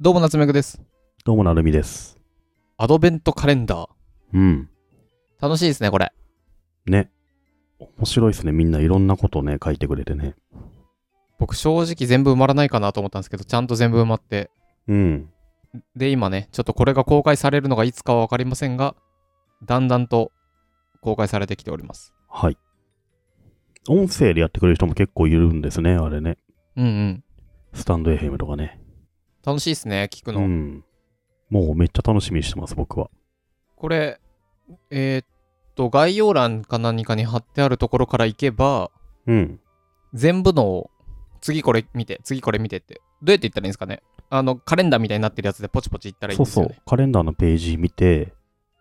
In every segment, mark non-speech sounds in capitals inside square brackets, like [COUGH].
どうも夏目くです。どうもなるみです。アドベントカレンダー。うん。楽しいですね、これ。ね。面白いですね。みんないろんなことをね、書いてくれてね。僕正直全部埋まらないかなと思ったんですけど、ちゃんと全部埋まって。うん。で、今ね、ちょっとこれが公開されるのがいつかはわかりませんが、だんだんと公開されてきております。はい。音声でやってくれる人も結構いるんですね、あれね。うんうん。スタンド FM とかね。楽しいですね、聞くうの。ん。もうめっちゃ楽しみにしてます、僕は。これ、えーっと、概要欄か何かに貼ってあるところから行けば、うん。全部のを次これ見て、次これ見てって、どうやって言ったらいいんですかねあの、カレンダーみたいになってるやつでポチポチ行ったらいいんそうですそよ、うね。。カレンダーのページ見て、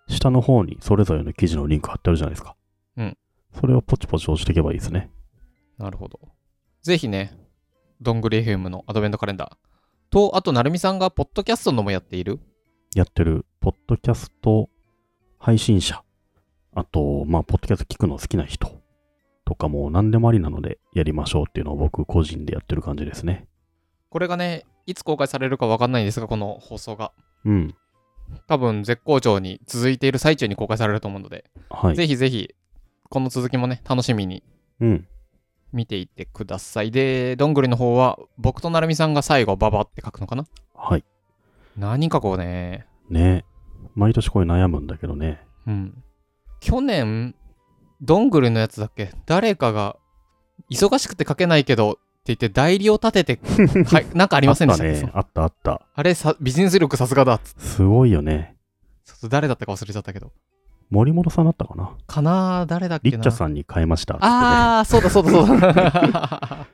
下の方にそれぞれの記事のリンク貼ってあるじゃないですか。うん。それをポチポチ押していけばいいですね。なるほど。ぜひね、どんぐり FM のアドベントカレンダーと、あと、なるみさんがポッドキャストのもやっている。やってる、ポッドキャスト配信者、あと、まあ、ポッドキャスト聞くの好きな人とかも何でもありなのでやりましょうっていうのを僕個人でやってる感じですね。これがね、いつ公開されるかわかんないんですが、この放送が。うん。多分、絶好調に続いている最中に公開されると思うので、はい。ぜひぜひ、この続きもね、楽しみにうん。見ていってください。で、どんぐりの方は、僕となるみさんが最後、ババって書くのかなはい。何書こうね。ね毎年これ悩むんだけどね。うん。去年、どんぐりのやつだっけ誰かが、忙しくて書けないけどって言って代理を立 [LAUGHS] てて、はい、なんかあありませんでしたっっねけ。あったあった。あれさ、ビジネス力さすがだっつすごいよね。ちょっと誰だったか忘れちゃったけど。森本さんだったかな。かなー誰だっけリなッチャさんに変えましたっつって、ね。あー、そうだそうだそう [LAUGHS] だ。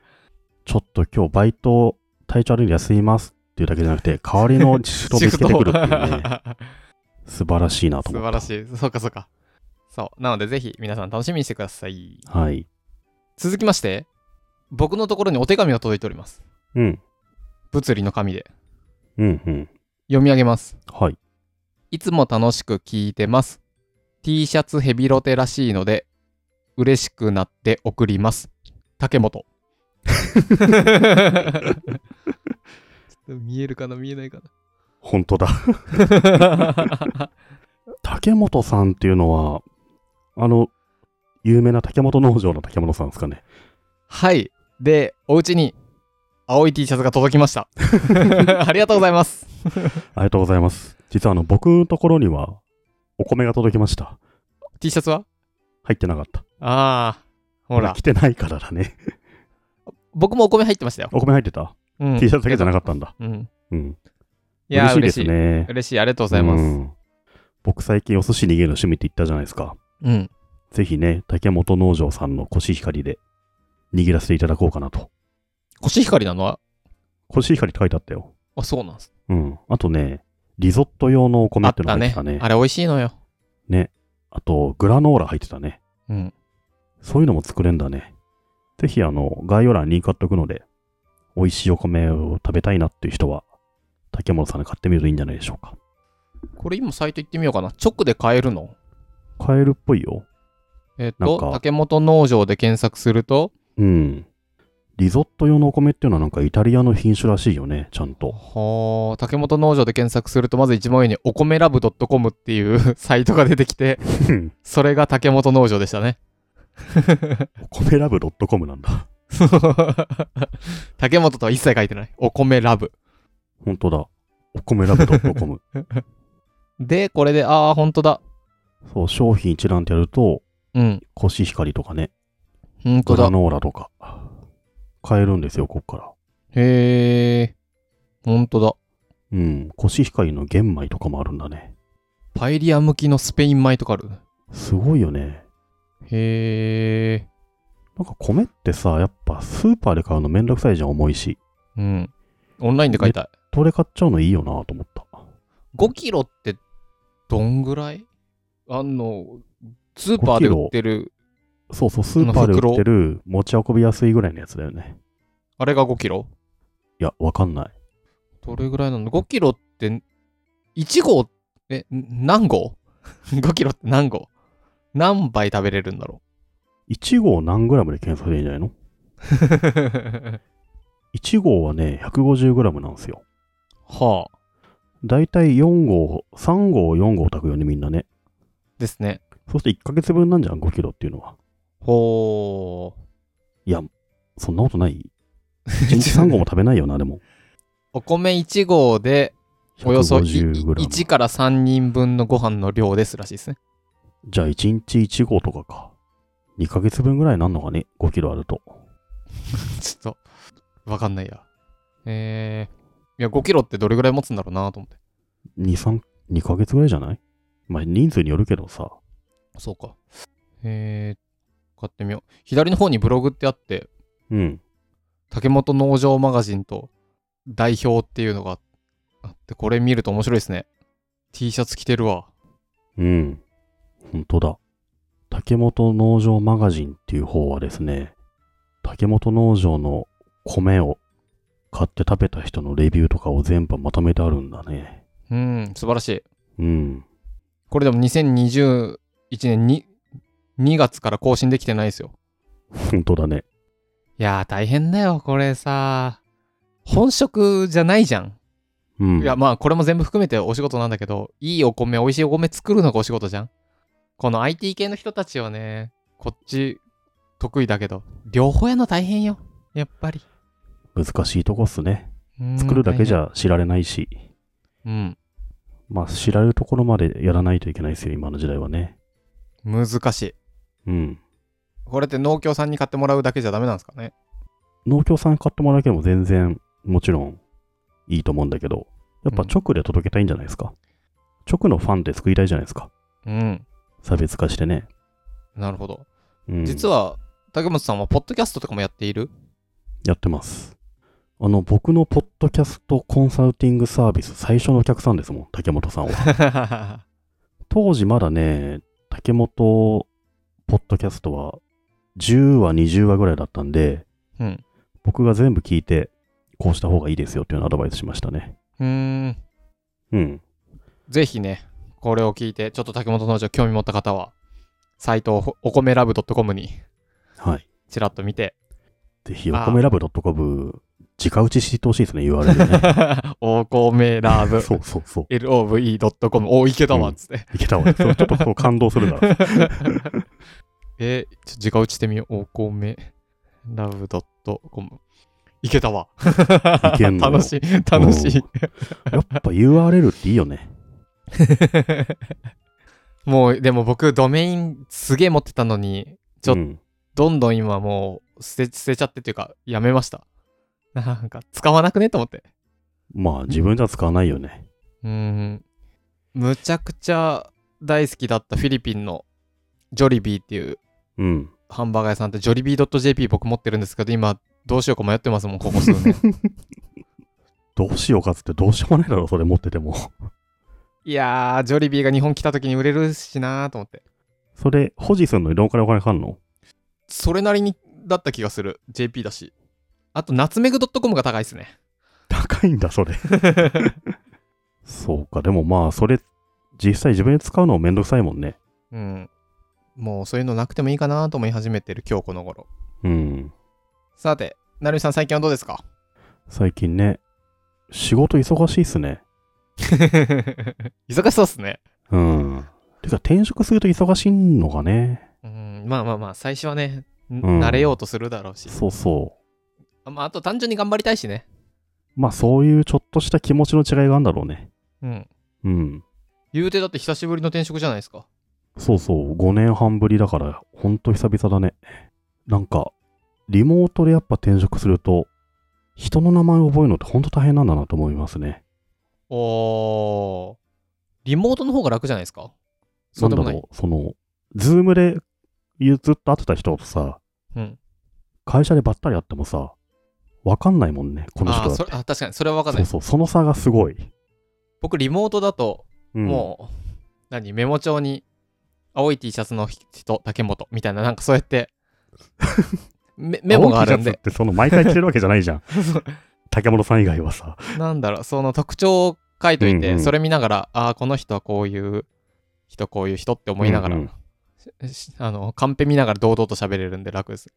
ちょっと今日バイト体調悪いんで休みますっていうだけじゃなくて、代わりのシフトを見つけてくるっ [LAUGHS] ていうね。素晴らしいなと素思晴った。らしい。そうかそうか。そう。なのでぜひ皆さん楽しみにしてください。はい。続きまして、僕のところにお手紙が届いております。うん。物理の紙で。うんうん。読み上げます。はい。いつも楽しく聞いてます。T シャツヘビロテらしいので、嬉しくなって送ります。竹本。ちょっと見えるかな見えないか本当だ。な。 [LAUGHS] 竹本さんっていうのは、あの、有名な竹本農場の竹本さんですかね。はい。で、お家に青い T シャツが届きました。ありがとうございます。ありがとうございます。実はあの、僕のところには、お米が届きました。 T シャツは入ってなかった。ああ、ほら来。てないからだね。 [LAUGHS] 僕もお米入ってましたよ。お米入ってた、うん ?T シャツだけじゃなかったんだ。うん。うん。いやー、嬉嬉ししいですい。ね。嬉しい。ありがとうございます。うん僕最近お寿司逃げるの趣味って言ったじゃないですか。うん。ぜひね、竹本農場さんのコシヒカリで握らせていただこうかなと。コシヒカリなのはコシヒカリって書いてあったよ。あ、そうなんす。うん。あとね、リゾット用のお米あっってのがた入っねてたね。。あれ美味しいのよ。あと、グラノーラ入ってたね。うん。そういうのも作れんだね。ぜひ、あの、概要欄にリンク貼っとくので、美味しいお米を食べたいなっていう人は、竹本さんで買ってみるといいんじゃないでしょうか。これ今サイト行ってみようかな。直で買えるの買えるっぽいよ。えっ、なと、んか竹本農場で検索すると、うん。リゾット用のお米っていうのはなんかイタリアの品種らしいよね、ちゃんと。はー竹本農場で検索すると、まず一番上にお米ラブ .com っていう [LAUGHS] サイトが出てきて、それが竹本農場でしたね。 [LAUGHS] お [LAUGHS] 米ラブ .com なんだ。竹本とは一切書いてない。お米ラブ。本当だ。お米ラブ [LAUGHS] .com。で、これで、あー、ほんとだ。そう、商品一覧ってやると、うん。コシヒカリとかね、ほんとグだラ。ノーラとか、買えるんですよ、こっから。へー。ほんとだ。うん、コシヒカリの玄米とかもあるんだね。パエリア向きのスペイン米とかある。すごいよね。へなんか米ってさ、やっぱスーパーで買うのめんどくさいじゃん、重いし。ー。うん。オンラインで買いたい。どれ買っちゃうのいいよなと思った。 5キロってどんぐらいあの、スーパーで売ってる、そうそう、スーパーで売ってる持ち運びやすいぐらいのやつだよね。あれが5キロいや、わかんない。どれぐらいなの ?5 キロって、1号、え、ん何号 [LAUGHS] ?5 キロって何号何杯食べれるんだろ1号何グラムで検索でいいんじゃないのう [LAUGHS] ?1 号はね、150グラムなんですよ。はあ。だいたい4号、3号、4号炊くよね、みんなね。ですね。そして1ヶ月分なんじゃん、5キロっていうのは。ほう。いや、そんなことない。1日3合も食べないよな、でも。お米1合でおよそ150グラム1から3人分のご飯の量ですらしいですね。 [LAUGHS] じゃあ1日1合とかか。2ヶ月分ぐらいなんのかね、5キロあると。ちょっと、わかんないや。えー、いや、5キロってどれぐらい持つんだろうなと思って。 2、3、2ヶ月ぐらいじゃないまあ人数によるけどさ。そうか。えー、買ってみよう。左の方にブログってあって、うん。竹本農場マガジンと代表っていうのがあって、これ見ると面白いですね。T シャツ着てるわ。うん。本当だ。竹本農場マガジンっていう方はですね、竹本農場の米を買って食べた人のレビューとかを全部まとめてあるんだね。うん、素晴らしい。うん。これでも2021年に2月から更新できてないですよ。本当だね。いやー大変だよ、これさ。本職じゃないじゃん。うん。いや、まあ、これも全部含めてお仕事なんだけど、いいお米、美味しいお米作るのがお仕事じゃん。この IT 系の人たちはね、こっち得意だけど、両方やの大変よ。やっぱり。難しいとこっすね。うーん作るだけじ。ゃ知られないし、大変まあ知られるところまでやらないといけないですよ、今の時代はね。うん。難しい。うん。これって農協さんに買ってもらうだけじゃダメなんですかね。農協さん買ってもらうだけでも全然もちろんいいと思うんだけど、やっぱ直で届けたいんじゃないですか。直のファンって作りたいじゃないですか。うん。差別化してね。なるほど。うん、実はは、竹本さんは、ポッドキャストとかもやって [LAUGHS] いるやってます。あの、僕のポッドキャストコンサルティングサービス最初のお客さんですもん、竹本さん [LAUGHS] は。当時まだね、竹本ポッドキャストは10話、20話ぐらいだったんで、うん。僕が全部聞いて、こうした方がいいですよっていうのをアドバイスしましたね。うーん。うん。ぜひね、これを聞いて、ちょっと竹本農場興味持った方は、サイトをお米ラブ .com にはい。ちらっと見て、ぜひ、お米ラブ .com、直打ちしてほしいですね、URL ね。 [LAUGHS] お米ラブ [LAUGHS] そうそうそう。 love.com、お、いけたわっつって。いけたわ、 [LAUGHS] ね。それちょっとそう感動するな。 [LAUGHS] えー、ちょっと直打ちしてみよう。お米ラブ .com。いけたわ。いけんの [LAUGHS] よ楽しい、楽しい。やっぱ URL っていいよね。 [LAUGHS] もう、でも僕、ドメインすげえ持ってたのに、ちょっとうんどんどん今もう捨て捨てちゃってっていうかやめましたなんか使わなくねと思ってまあ、自分じゃ使わないよね。うーんむちゃくちゃ大好きだったフィリピンのジョリビーっていううん。ハンバーガー屋さんってジョリビー .jp 僕持ってるんですけど今どうしようか迷ってますもんここ数年どうしようかっつってどうしようもないだろう、それ持ってても。いやージョリビーが日本来た時に売れるしなーと思ってそれ、保持するのにどんくらいお金かかんのそれなりにだった気がする JP だしあとナツメグ .com が高いですね高いんだ、それ。そうか、でもまあ、それ、実際自分で使うのもめんどくさいもんね。うんもうそういうのなくてもいいかなーと思い始めてる今日この頃うん。さて、なるみさん最近はどうですか最近ね、仕事忙しいっすね。忙しそうっすね。うん。てか転職すると忙しいのがね。うん、まあまあまあ、最初はね、んうん慣れようとするだろうし。そうそあまあ、あと単純に頑張りたいしね。う。まあそういうちょっとした気持ちの違いがあるんだろうね。うん。うん。言うてだって久しぶりの転職じゃないですか。そうそう。5年半ぶりだから、ほんと久々だね。なんか、リモートでやっぱ転職すると、人の名前を覚えるのってほんと大変なんだなと思いますね。おー。リモートの方が楽じゃないですかそうでもんだない。ろう、その、ズームでゆずっと会ってた人とさ、うん。会社でばったり会ってもさ、わかんないもんね、このあ人ーだってそれあ、確かに、それは分かんなそうい。そう、その差がすごい。僕、リモートだと、うん、もう、何、メモ帳に、青い T シャツの人、竹本、みたいな、なんかそうや [LAUGHS] って、メメモがあるん青い T シでャツっ、てその毎回着てるわけじゃないじゃ [LAUGHS] ん。竹本さん以外はさ。なんだろうその特徴を書いといて、うんうんそれ見ながらああこの人はこういう人こういう人って思いながら、うんしあのカンペ見ながら堂々と喋れるんで楽です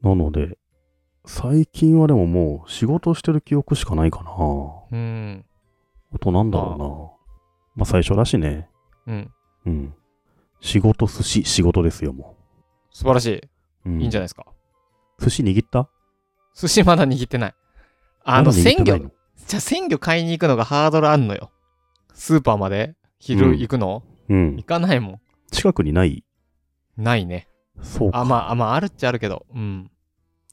なので、最近はでももう仕事してる記憶しかないかな。うんとなんだろうな。まあ最初だしね。うん。うん。仕事、寿司、仕事ですよ、も素晴らしい。う。うん、いいんじゃなないいですか。寿司握った寿司まだ握ってない。あの、まだ握っ鮮てない魚、じゃあ鮮魚買いに行くのがハードルあんのよ。スーパーまで昼うん行くの、うん行。かないも近くにないん。ないね。そうあ、か。まあ、あまあ、あるっちゃあるけど。うん。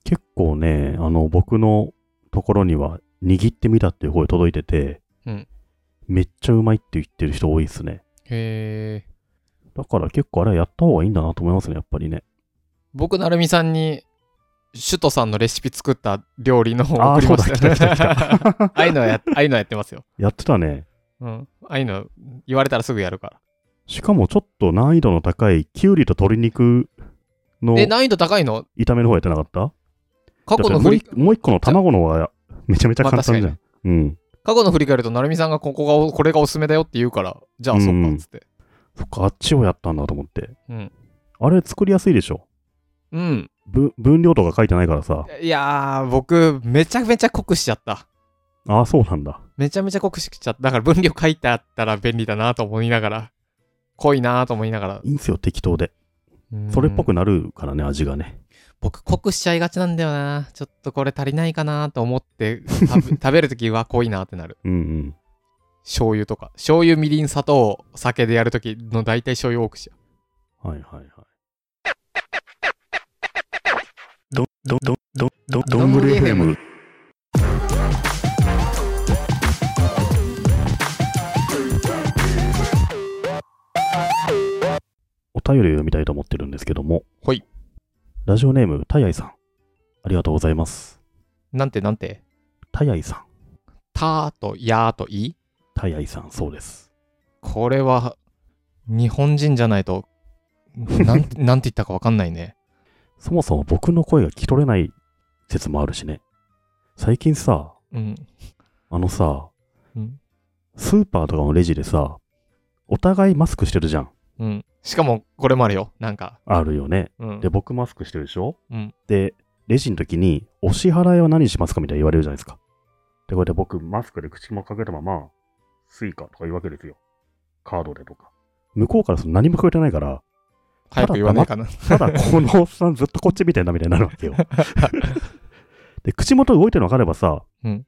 結構ね、あの、僕のところには、握ってみたっていう声届いてて、うんめっちゃうまいって言ってる人多いですね。へえ。だから結構あれはやった方がいいんだなと思いますね、やっぱりね。僕、なるみさんに、シュトさんのレシピ作った料理の方をあー送りましたそうだ来た来たた [LAUGHS] ああいうのはやっああいうのはやってますよ。やってたね。うん。ああいうの言われたらすぐやるかしかもちょっと難易度の高い、きゅうりと鶏肉のら。え、難易度高いの炒めの方やってなかった過去のだっても振うり一もう一個の卵の方がめちゃめちゃ簡単じゃん。まあうん。過去の振り返ると、なるみさんがここがお、これがおすすめだよって言うから、じゃあ、そっか、つって。そっか、あっちをやったんだと思って。うん。あれ作りやすいでしょうん。ぶ分量とか書いてないからさ。いやー、僕、めちゃめちゃ濃くしちゃった。ああ、そうなんだ。めちゃめちゃ濃くしちゃった。だから分量書いてあったら便利だなと思いながら、濃いなと思いながらい。いんすよ、適当で。うんそれっぽくなるからね、味がね。僕、濃くしちゃいがちなんだよな。ちょっとこれ足りないかなと思って、 [LAUGHS] 食べ食べるときは濃いなってなる。うんうん。醤油とか。醤油、みりん、砂糖、酒でやるときの大体醤油多くしちゃう。はいはいはい。ど、ど、ど、ど、ど、どんぶり FM。お便りを読みたいと思ってるんですけども。ほい。ラジオネーム、たやいさん。ありがとうございます。なんてなんて。たやいさん。たーとやーといたやいさん、そうです。これは、日本人じゃないと、なんて、なんて言ったかわかんないね。そもそも僕の声が聞き取れない説もあるしね。最近さ、うん。あのさ、うんスーパーとかのレジでさ、お互いマスクしてるじゃん。うん。しかも、これもあるよ。なんか。あるよね。うんで、。僕マスクしてるでしょうんで、レジの時に、お支払いは何しますかみたいに言われるじゃないですか。で、これで僕、マスクで口もかけたまま、スイカとか言うわけですよ。カードでとか。向こうからその何も聞こえてないから、早く言わないかな。ただこのおっさんずっとこっち見てんだみたいになるわ [LAUGHS] けよ。で、口元動いてるの分かればさ、うん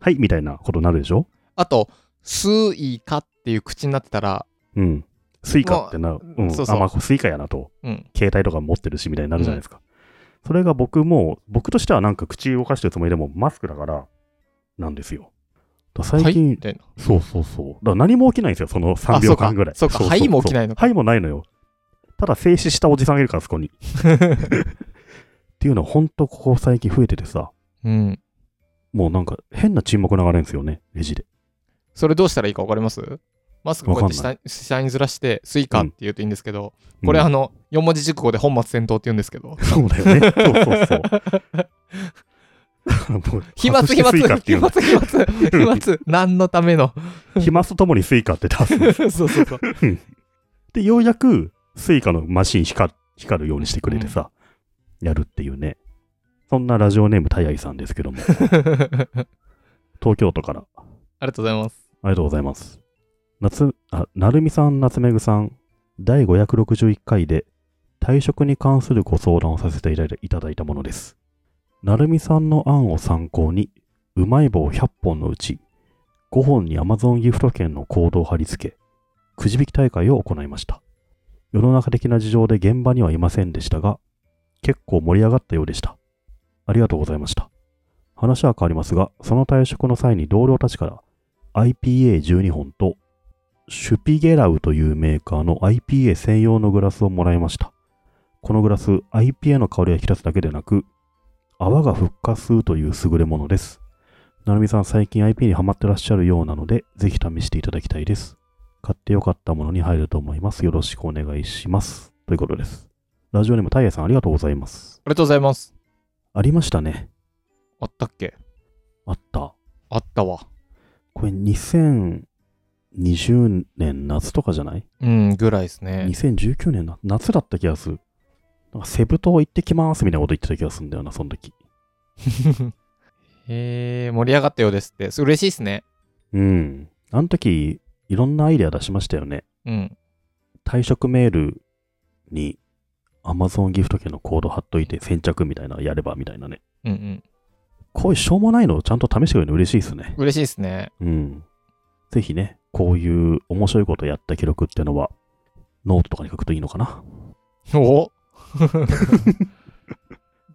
はい、みたいなことになるでしょ [LAUGHS] あと、スイカっていう口になってたら、うん。スイカってな、うん、そうそうあ、まあ、スイカやなと。うん。携帯とか持ってるしみたいになるじゃないですか。それが僕も、僕としてはなんか口動かしてるつもりでもマスクだから、なんですよ。だから最近、はいみたいな。そうそうそう。だから何も起きないんですよ、その3秒間ぐらい。そうかそうかはいも起きないのかはいもないのよ。ただ静止したおじさんがいるから、そ [LAUGHS] こに。っていうのは、ほんとここ最近増えててさ、うん。もうなんか変な沈黙流れるんですよね、レジで。それどうしたらいいか分かりますマスクこうやって下わに下にずらして、スイカって言うといいんですけど、うんこれあの、4文字熟語で本末転倒って言うんですけ [LAUGHS] ど、そうだよね。そうそうそう。だから [LAUGHS] もう [LAUGHS] 飛沫、外飛して沫、スイ飛カ沫、って飛いう [LAUGHS] の沫、飛沫、飛 [LAUGHS] 沫、何のための。飛沫とともにスイカって出すんですそうそうそう。で、ようやく、スイカのマシン光光るようにしてくれてさ、やるっていうね。そんなラジオネーム、たやいさんですけども、東京都から、あありがとうございます。りがとうございます。夏、あ、なるみさん、夏めぐさん、第561回で、退職に関するご相談をさせていただいただいたものです。なるみさんの案を参考に、うまい棒100本のうち、5本に Amazon ギフト券のコードを貼り付け、くじ引き大会を行いました。世の中的な事情で現場にはいませんでしたが、結構盛り上がったようでした。ありがとうございました。話は変わりますが、その退職の際に同僚たちから IPA12 本とシュピゲラウというメーカーの IPA 専用のグラスをもらいました。このグラス、IPA の香りが引き立つだけでなく、泡が復活するという優れものです。なるみさん、最近 IP にハマってらっしゃるようなので、ぜひ試していただきたいです。買ってよかったものに入ると思います。よろしくお願いします。ということです。ラジオネーム、たいやさん、ありがとうございます。ありがとうございます。ありましたね。あったっけあった。あったわ。これ、2020年夏とかじゃないうん、ぐらいですね。 ?2019 年な夏だった気がする。なんかセブ島行ってきますみたいなこと言ってた気がするんだよな、その時。 [LAUGHS] へえ、盛り上がったようですって。それ嬉しいっすね。うん。あの時、いろんなアイデア出しましたよね。うん。退職メールに Amazon ギフト券のコード貼っといて先着みたいなのやればみたいなね。うんうん。こういうしょうもないのをちゃんと試してくれるの嬉しいですね。嬉しいですね。うん。ぜひね、こういう面白いことやった記録ってのは、ノートとかに書くといいのかな。お [LAUGHS]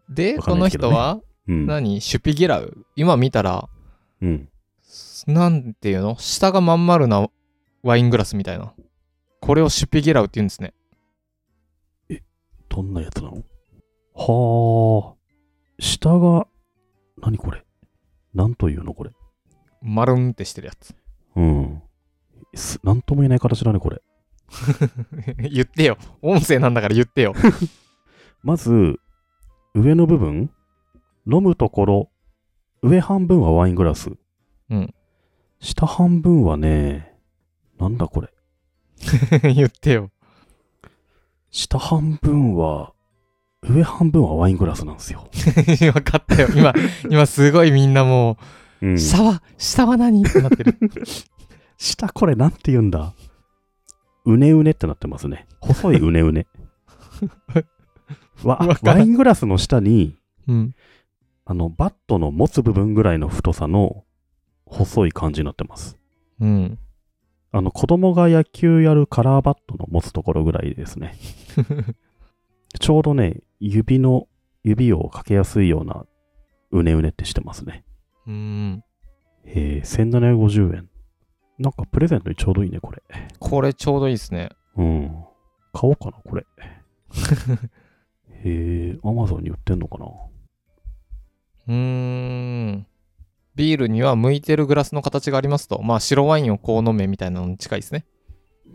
で、わかこんなのいですけど人ねはうん。何シュピゲラウ今見たら、うん。なんていうの下がまん丸なワイングラスみたいな。これをシュピゲラウって言うんですね。どんなやつなのはあ。下が、何これなんというのこれ。丸んってしてるやつ。 [LAUGHS] うん。すなんとも言えない形だね、これ。言ってよ。音声なんだから言ってよ。 [LAUGHS] まず、上の部分、飲むところ、上半分はワイングラス。うん。下半分はね、なんだこれ。言ってよ。 [LAUGHS] 下半分は、上半分はワイングラスなんですよ。分かったよ。今、今すごいみんなもうう、ん、下は、下は何ってなってる。下これなんて言うんだうねうねってなってますね。細いうねうね。わ [LAUGHS] わからんワイングラスの下に、うん。あの、バットの持つ部分ぐらいの太さの細い感じになってます。うん。あの、子供が野球やるカラーバットの持つところぐらいで [LAUGHS] すね。ちょうどね、指の、指をかけやすいようなうねうねってしてますね。うん。えー、1750円。なんかプレゼントにちょうどいいね、これ。これちょうどいいですね。うん。買おうかな、これ。 [LAUGHS] へえ、アマゾンに売ってんのかなうーん。ビールには向いてるグラスの形がありますと。まあ、白ワインをこう飲めみたいなのに近いですね。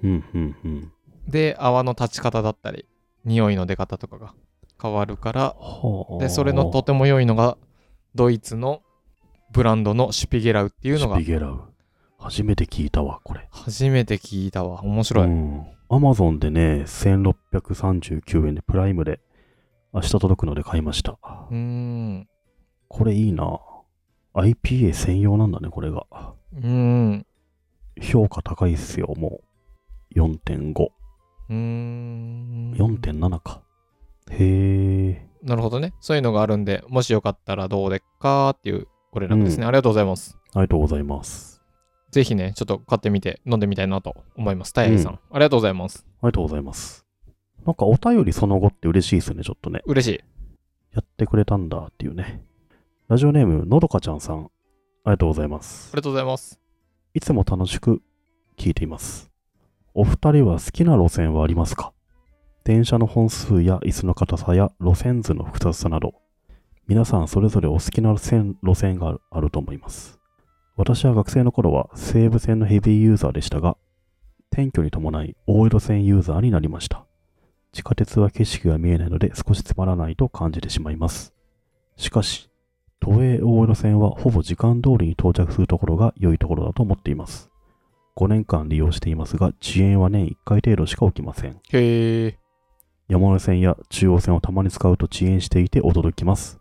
うん、うん、うん。で、泡の立ち方だったり、匂いの出方とかが変わるから、はあ。で、それのとても良いのが、ドイツのブランドのシュピゲラウっていうのがシュ、ピゲラウ。初めて聞いたわ、これ。初めて聞いたわ。面白い。うん。アマゾンでね、1639円でプライムで、明日届くので買いました。うーん。これいいな。IPA 専用なんだね、これが。うーん。評価高いっすよ、もう。4.5。うーん。 4.7か。へえ。なるほどね。そういうのがあるんで、もしよかったらどうでっかっていうご連絡ですね。うありがとうございます。ありがとうございます。ぜひね、ちょっと買ってみて飲んでみたいなと思います。たやいさん,、うありがとうございます。ありがとうございます。なんかお便りその後って嬉しいですね、ちょっとね。嬉しい。やってくれたんだっていうね。ラジオネーム、のどかちゃんさん、ありがとうございまあすり。がとうございます。いつも楽しく聞いています。お二人は好きな路線はありますか電車の本数や椅子の硬さや路線図の複雑さなど、皆さんそれぞれお好きな路線路線があるあると思います。私は学生の頃は西武線のヘビーユーザーでしたが、転居に伴い大江戸線ユーザーになりました。地下鉄は景色が見えないので少しつまらないと感じてしまいます。しかし、都営大江戸線はほぼ時間通りに到着するところが良いところだと思っています。5年間利用していますが、遅延は年1回程度しか起きません。へえ。山手線や中央線をたまに使うと遅延していて驚きます。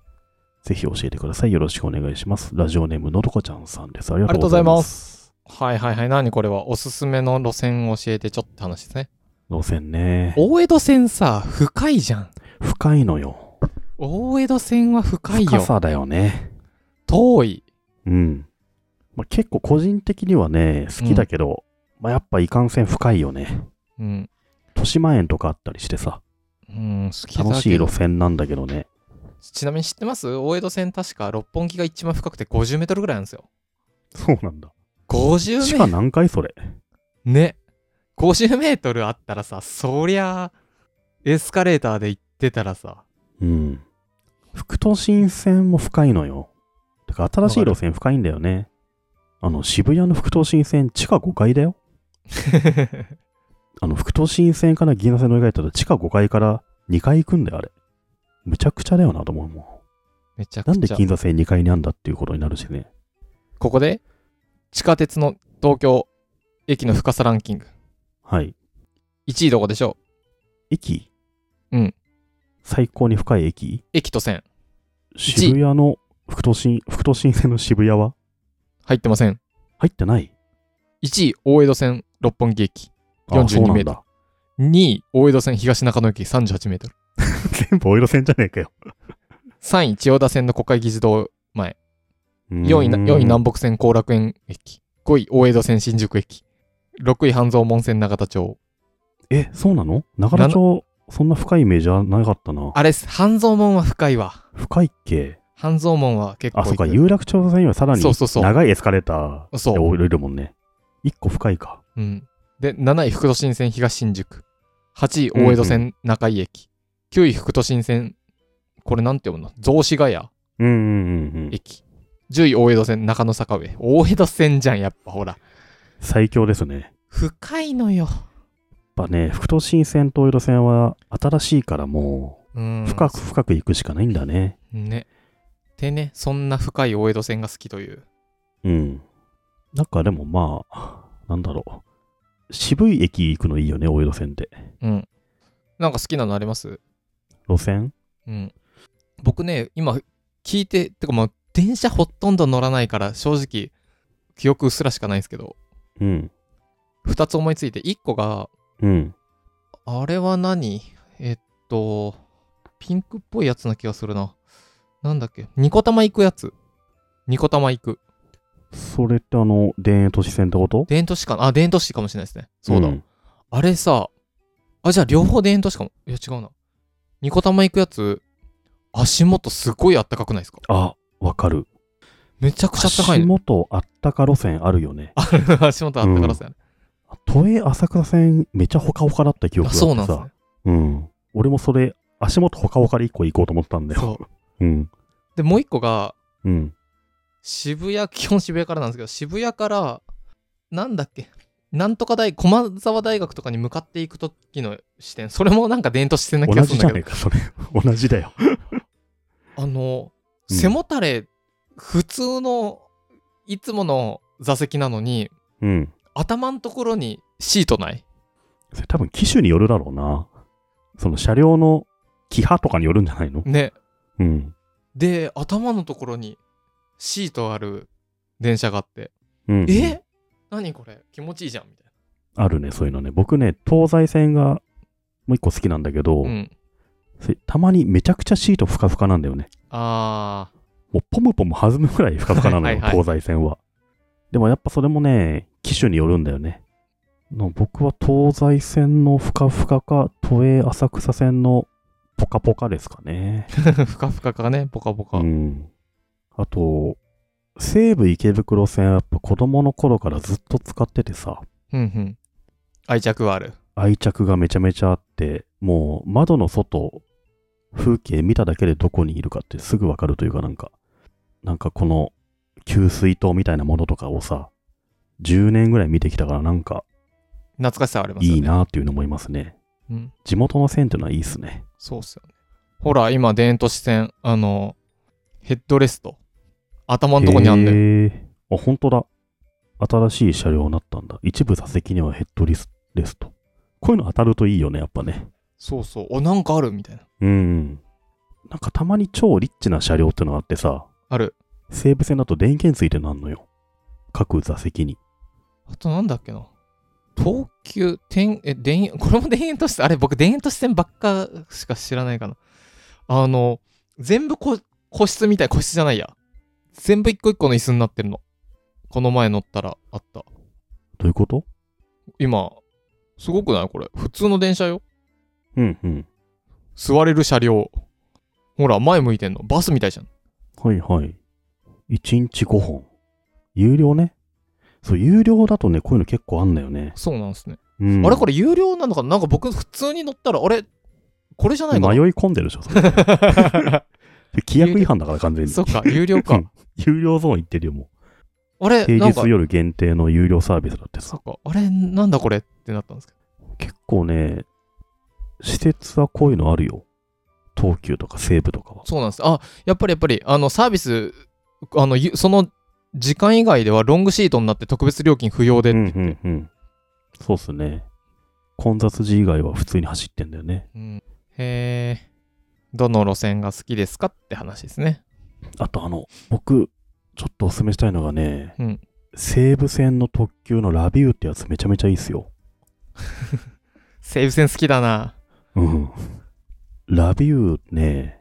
ぜひ教えてください。よろしくお願いします。ラジオネームのどかちゃんさんです。ありがとうございます。はいはいはい。何これはおすすめの路線を教えてちょっと話ですね。路線ね。大江戸線さ、深いじゃん。深いのよ。大江戸線は深い深よ。さだよね。遠い。うん。まあ、結構個人的にはね、好きだけど、まあ、やっぱいかんせん深いよね。うん。豊島園とかあったりしてさ。うん、好きだけど楽しい路線なんだけどね。ちなみに知ってます大江戸線確か六本木が一番深くて50メートルぐらいなんですよ。そうなんだ。 50メ [LAUGHS] 地ー下ト何回それ。ルね。50メートルあったらさ、そりゃ、エスカレーターで行ってたらさ、うん。副都心線も深いのよ。てか新しい路線深いんだよね。あの、渋谷の副都心線地下5階 [LAUGHS] だよ。あの、副都心線から銀座線乗り換えたら地下5階から2階行くんだよ、あれ。むちゃくちゃだよなと思うもめちゃん。なくんでちゃ。銀座線2階にあんだっていうことになるしね。ここで、地下鉄の東京駅の深さランキング。はい。 1位どこでしょ駅うん。最高に深い駅う駅と線。渋谷の副都心、副都心線の渋谷は入ってません。入ってない1位、大江戸線六本木駅。あそうな42メんートだ。 2位、大江戸線東中野駅38メートル。全部お色線じゃねえかよ。 3位、千代田線の国会議事堂前。4良位な、4位南北線後楽園駅。5位、大江戸線新宿駅。6位、半蔵門線永田町。え、そうなの長良町、そんな深いイメージはなかったな。あれっす、半蔵門は深いわ。深いっけ半蔵門は結構あ、行く。そうか、有楽町線よりさらにそうそうそう長いエスカレーターそでう。降りるもんね。1個深いか。うん。で、7位、副都心線東新宿。8位、大江戸線中井駅。9位、副都心線、これなんて読むの雑司ヶ谷うんうんうんうん。駅。10位、大江戸線中野坂上。大江戸線じゃん、やっぱほら。最強ですね。深いのよ。やっぱね、副都心線と大江戸線は新しいからもうん。う、深く深く行くしかないんだね。ね。でね、そんな深い大江戸線が好きという。うん。なんかでもまあ、なんだろう。渋い駅行くのいいよね、大江戸線って。うん。なんか好きなのあります路線うん。僕ね、今、聞いて、てかまあ、電車ほとんど乗らないから、正直、記憶うっすらしかないんですけど、うん。 2つ思いついて、1個が、うん。あれは何えっと、ピンクっぽいやつな気がするな。なんだっけニコ玉行くやつ。ニコ玉行く。それってあの、田園都市線ってこと電都市かなあ、電都市かもしれないですね。そうだ。んあれさ、あ、じゃあ両方電都市かも。いや、違うな。ニコ玉行くやつ、足元すごいあったかくないですかあ、わかる。めちゃくちゃあったかい足ね。元あったか路線あるよね。 [LAUGHS] 足元あったからさ、都営浅草線めちゃほかほかだった記憶あがあってさ。そうなんですね。うん。俺もそれ、足元ほかほかで一個行こうと思ったんだよ。そう。うん。で、もう一個が、うん。渋谷、基本渋谷からなんですけど、渋谷から、なんだっけ、なんとか大、駒沢大学とかに向かっていく時の視点、それもなんか伝統視点な気同がするじんじゃだけないど、か、それ。 [LAUGHS] 同じだよ。あの、うん背もたれ、普通の、いつもの座席なのに、うん。頭のところにシートないそれ多分機種によるだろうな。その車両の気派とかによるんじゃないのね。うん。で、頭のところにシートある電車があって、うん、え何これ気持ちいいじゃんみたいあるね、そういうのね。僕ね、東西線がもう一個好きなんだけど、な。うん。それたまにめちゃくちゃシートふかふかなんだよね。あー。 [LAUGHS] もうポムポム弾むぐらいふかふかなのよ、はいはい東西線は。でもやっぱそれもね、機種によるんだよね。の僕は東西線のふかふかか、都営浅草線のポカポカですかね。ふかふかかね、ぽかぽか。うん。あと、西武池袋線はやっぱ子供の頃からずっと使っててさ、うんうん。愛着はある。愛着がめちゃめちゃあって、もう窓の外、風景見ただけでどこにいるかってすぐわかるというかなんか、なんかこの給水塔みたいなものとかをさ、10年ぐらい見てきたからなんか懐かしさはありますよね。いい。なっていうの思いますね。うん。地元の線っていうのはいいっすね。そうっすよね。ほら、今、電都市線、あの、ヘッドレスト。頭のとこにあんだよ。へえあ、本当だ。新しい車両になったんだ。一部座席にはヘッドリスレスト。こういうの当たるといいよね、やっぱね。そうそう。お、なんかあるみたいな。うん。なんかたまに超リッチな車両ってのがあってさ、ある。西武線だと電源ついてなんのよ。各座席に。あと、なんだっけな。東急、天、え、田園、 [LAUGHS] これも田園都市線、あれ、僕、田園都市線ばっかしか知らないかな。あの、全部こ個室みたい、個室じゃないや。全部一個一個の椅子になってるの。この前乗ったらあった。どういうこと今、すごくないこれ。普通の電車よ。うんうん。座れる車両。ほら、前向いてんの。バスみたいじゃん。はいはい。1日5本。有料ね。そう、有料だとね、こういうの結構あんだよね。そうなんですね。うん、あれこれれ有料なのかななんか僕普通に乗ったら、あれこれじゃない迷かい込んでるでしょ、[LAUGHS] それ。な規約違反だから完全に。そっか、有料うかん。有料ゾーン行ってるよ、もう。あれ平なんか日、夜限定の有料サービスだってそさ、っか、あれなんだこれってなったんですけど。結構ね、施設はこういうのあるよ。東急とか西武とかは。そうなんです。あ、やっぱりやっぱり、あの、サービス、あの、ゆその時間以外ではロングシートになって特別料金不要でっうてん言って。うんうん。そうっすね。混雑時以外は普通に走ってんだよね。うんへえ。どの路線が好きですかって話ですね。あとあの、僕、ちょっとおすすめしたいのがね、うん西武線の特急のラビューってやつめちゃめちゃいいっすよ。西武線好きだな。うん。ラビューね、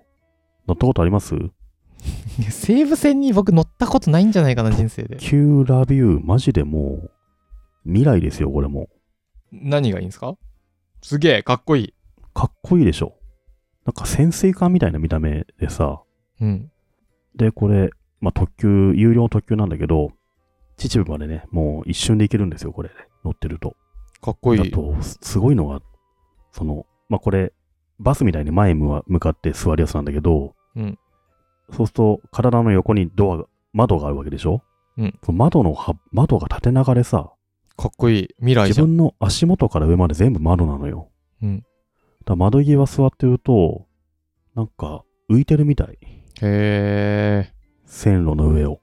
乗ったことありますいや西武線に僕乗ったことないんじゃないかな、人生で。旧ラビュー、マジでもう、未来ですよ、これも。何がいいんですかすげえ、かっこいい。かっこいいでしょ。なんか潜水艦みたいな見た目でさ、うん。で、これ、まあ、特急、有料の特急なんだけど、秩父までね、もう一瞬で行けるんですよ、これ、ね、乗ってると。かっこいだい。と、すすごいのが、その、まあ、これ、バスみたいに前向向かって座るやつなんだけど、うんそうすると、体の横にドアが、窓があるわけでしょうんその窓のは、窓が縦長でさ、かっこいい。未来じ自ゃん。分の足元から上まで全部窓なのよ。うん。だから窓際座ってると、なんか浮いてるみたへい。え。線路の上を。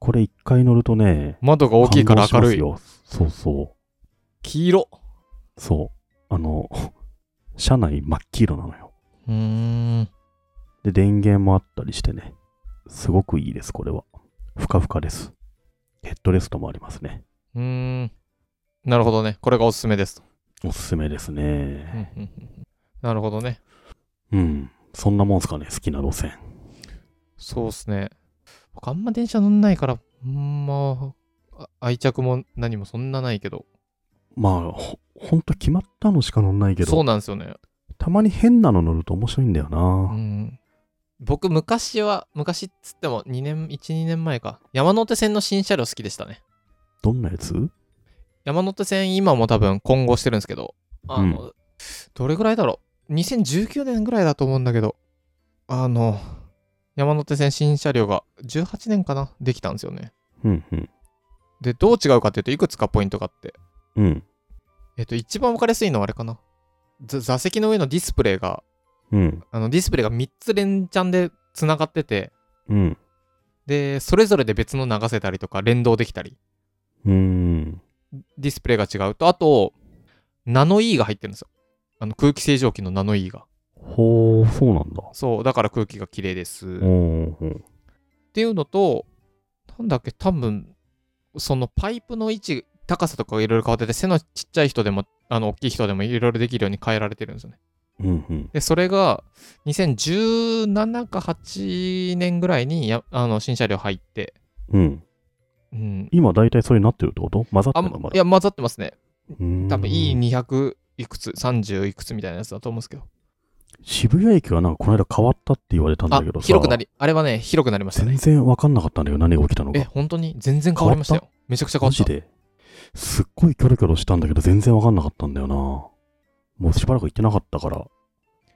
これ一回乗るとね、窓が大きいから明るい。感動しますよ。そうそ黄色。う。そう。あの、 [LAUGHS] 車内真っ黄色なのよ。うーん。で、電源もあったりしてね。すごくいいです、これは。ふかふかです。ヘッドレストもありますね。うーん。なるほどね。これがおすすめですと。おすすめですうんうね。んうんうんなるほどね。うん。そんなもんすかね、好きな路線。そうっすね。僕あんま電車乗んないから、うんまあ、あ愛着も何もそんなないけど。まあ、ほほんと決まったのしか乗んないけそうど、なんですよね。たまに変なの乗ると面白いんだよな。うん。僕、昔は、昔っつっても2年、1、2年前か。山手線の新車両好きでしたね。どんなやつ山手線今も多分混合してるんですけど、あの、どれぐらいだろう ?2019 年ぐらいだと思うんだけど、あの、山手線新車両が18年かなできたんですよね。うんうん。で、どう違うかっていうといくつかポイントがあって、うん。えっと、一番分かりやすいのはあれかなざ座席の上のディスプレイが、うん。あのディスプレイが3つ連チャンで繋がってて、うん。で、それぞれで別の流せたりとか連動できたり、うん。ディスプレイが違うと、あと、ナノ E が入ってるんですよ。あの空気清浄機のナノ E が。ほう、そうなんだ。そう、だから空気が綺麗です。っおーていうのと、なんだっけ、多分、そのパイプの位置、高さとかがいろいろ変わってて、背のちっちゃい人でも、あの、大きい人でもいろいろできるように変えられてるんですよね。うんうん。で、それが、2017か8年ぐらいにや、あの、新車両入って、うん。うん。今、大体それになってるってこと混ざってあるんのまいだ。や、混ざってますね。多多分 E200 いくつ、30いくつみたいなやつだと思うんですけど。渋谷駅はなんかこの間変わったって言われたんだあけど、さ。広くなり、あれはね、広くなりました全ね。然わかんなかったんだよ、何が起きたのえ、か。本当に全然変わりましたよ。めちゃくちゃ変わマったジ。ですっごいキョロキョロしたんだけど、全然わかんなかったんだよな。もうしばらく行ってなかったから。か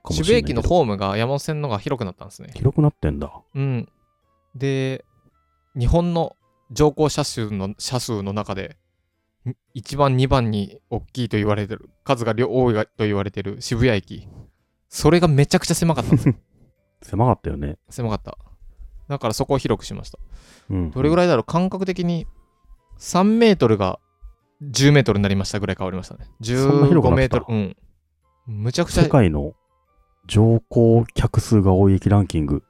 もし渋れ谷ないけ駅どのホームが山手線の方が広くなったんですね。広くなってんだ。うん。で、日本の乗降者数の車数の中で、1番、2番に大きいと言われてる、数が量多いがと言われてる渋谷駅。それがめちゃくちゃ狭かったんですよ。 [LAUGHS] 狭かったよね。狭かった。だからそこを広くしました。うん。どれぐらいらいだろう感覚的に3メートルが10メートルになりましたぐらい変わりましたね。んな広く15なメっーたトル。うん。むちゃくちゃ世界の乗降客数が多い駅ランキング、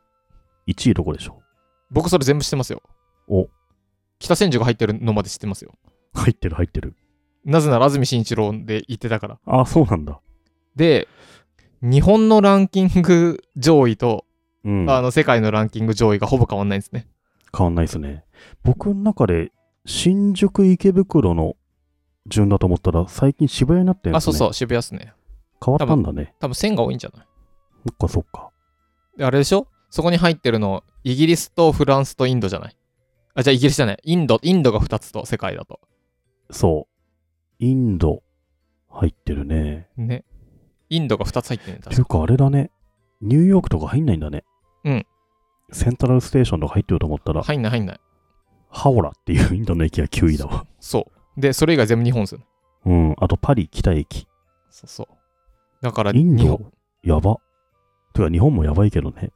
1位どこでしょ僕それ全部知ってますよ。お北千住が入ってるのまで知ってますよ。う入ってる入ってる。なぜなら安住紳一郎で言ってたから。あ、そうなんだ。で、日本のランキング上位と、うん。あの世界のランキング上位がほぼ変わんないんですね。変わんないですね。僕の中で、新宿池袋の順だと思ったら、最近渋谷になってん。あ、そうそうう、渋谷っすね。変わったんだね。多分線が多いんじゃないそっかそっか。であれでしょそこに入ってるの、イギリスとフランスとインドじゃないあ、じゃあイギリスじゃない。インド、インドが2つと、世界だと。そう。インド、入ってるね。ね。インドが2つ入ってるんだてい。うか、あれだね。ニューヨークとか入んないんだね。うん。セントラルステーションとか入ってると思ったら、入んない、入んない。ハオラっていうインドの駅が9位だわ。そう。で、それ以外全部日本ですよね。うん。あと、パリ北駅。そうそう。だから、イン日ド本、やば。てか、日本もやばいけどね。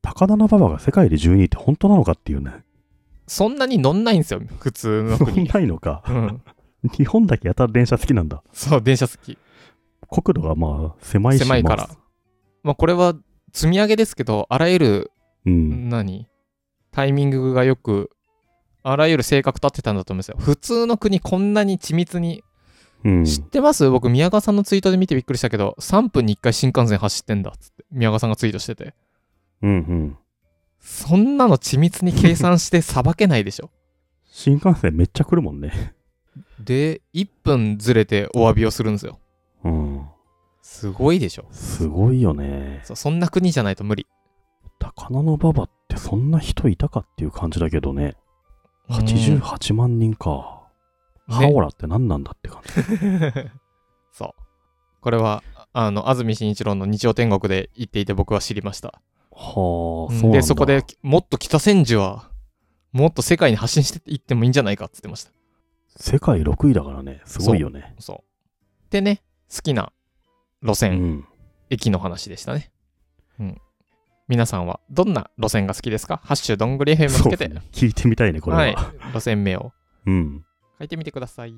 高田馬場が世界で12位って本当なのかっていうね。そんなに乗んないんですよ、普通のそ国んに。ないのか。うん。日本だけやたら電車好きなんだ。そう、電車好き。国土がまあ狭いし、狭いからまあ。まあ、これは積み上げですけど、あらゆる、うん。何タイミングがよくあらゆる性格立ってたんだと思うんですよ。普通の国こんなに緻密に。うん。知ってます僕、宮川さんのツイートで見てびっくりしたけど、3分に1回新幹線走ってんだっつって、宮川さんがツイートしてて。うんうん。そんなの緻密に計算してさばけないでしょ。新幹線めっちゃ来るもんね。で、1分ずれてお詫びをするんですよ。うん。すごいでしょ。すごいよね。そそんな国じゃないと無理。高菜の馬場ってそんな人いたかっていう感じだけどね。うん88万人か。ハオラって何なんだって感じ。 [LAUGHS] そう。これは、あの、安住紳一郎の日曜天国で言っていて僕は知りました。はあ、そううんなんだ。で、そこで、もっと北千住は、もっと世界に発信していってもいいんじゃないかって言ってました。世界6位だからね、すごいよね。そう。でね、好きな路う線、ん。駅の話でしたね。うん。皆さんはどんな路線が好きですかハッシュどんぐり FM つそうけて、ね聞いてみたいね、これは。はい、路線名をうん。書いてみてください。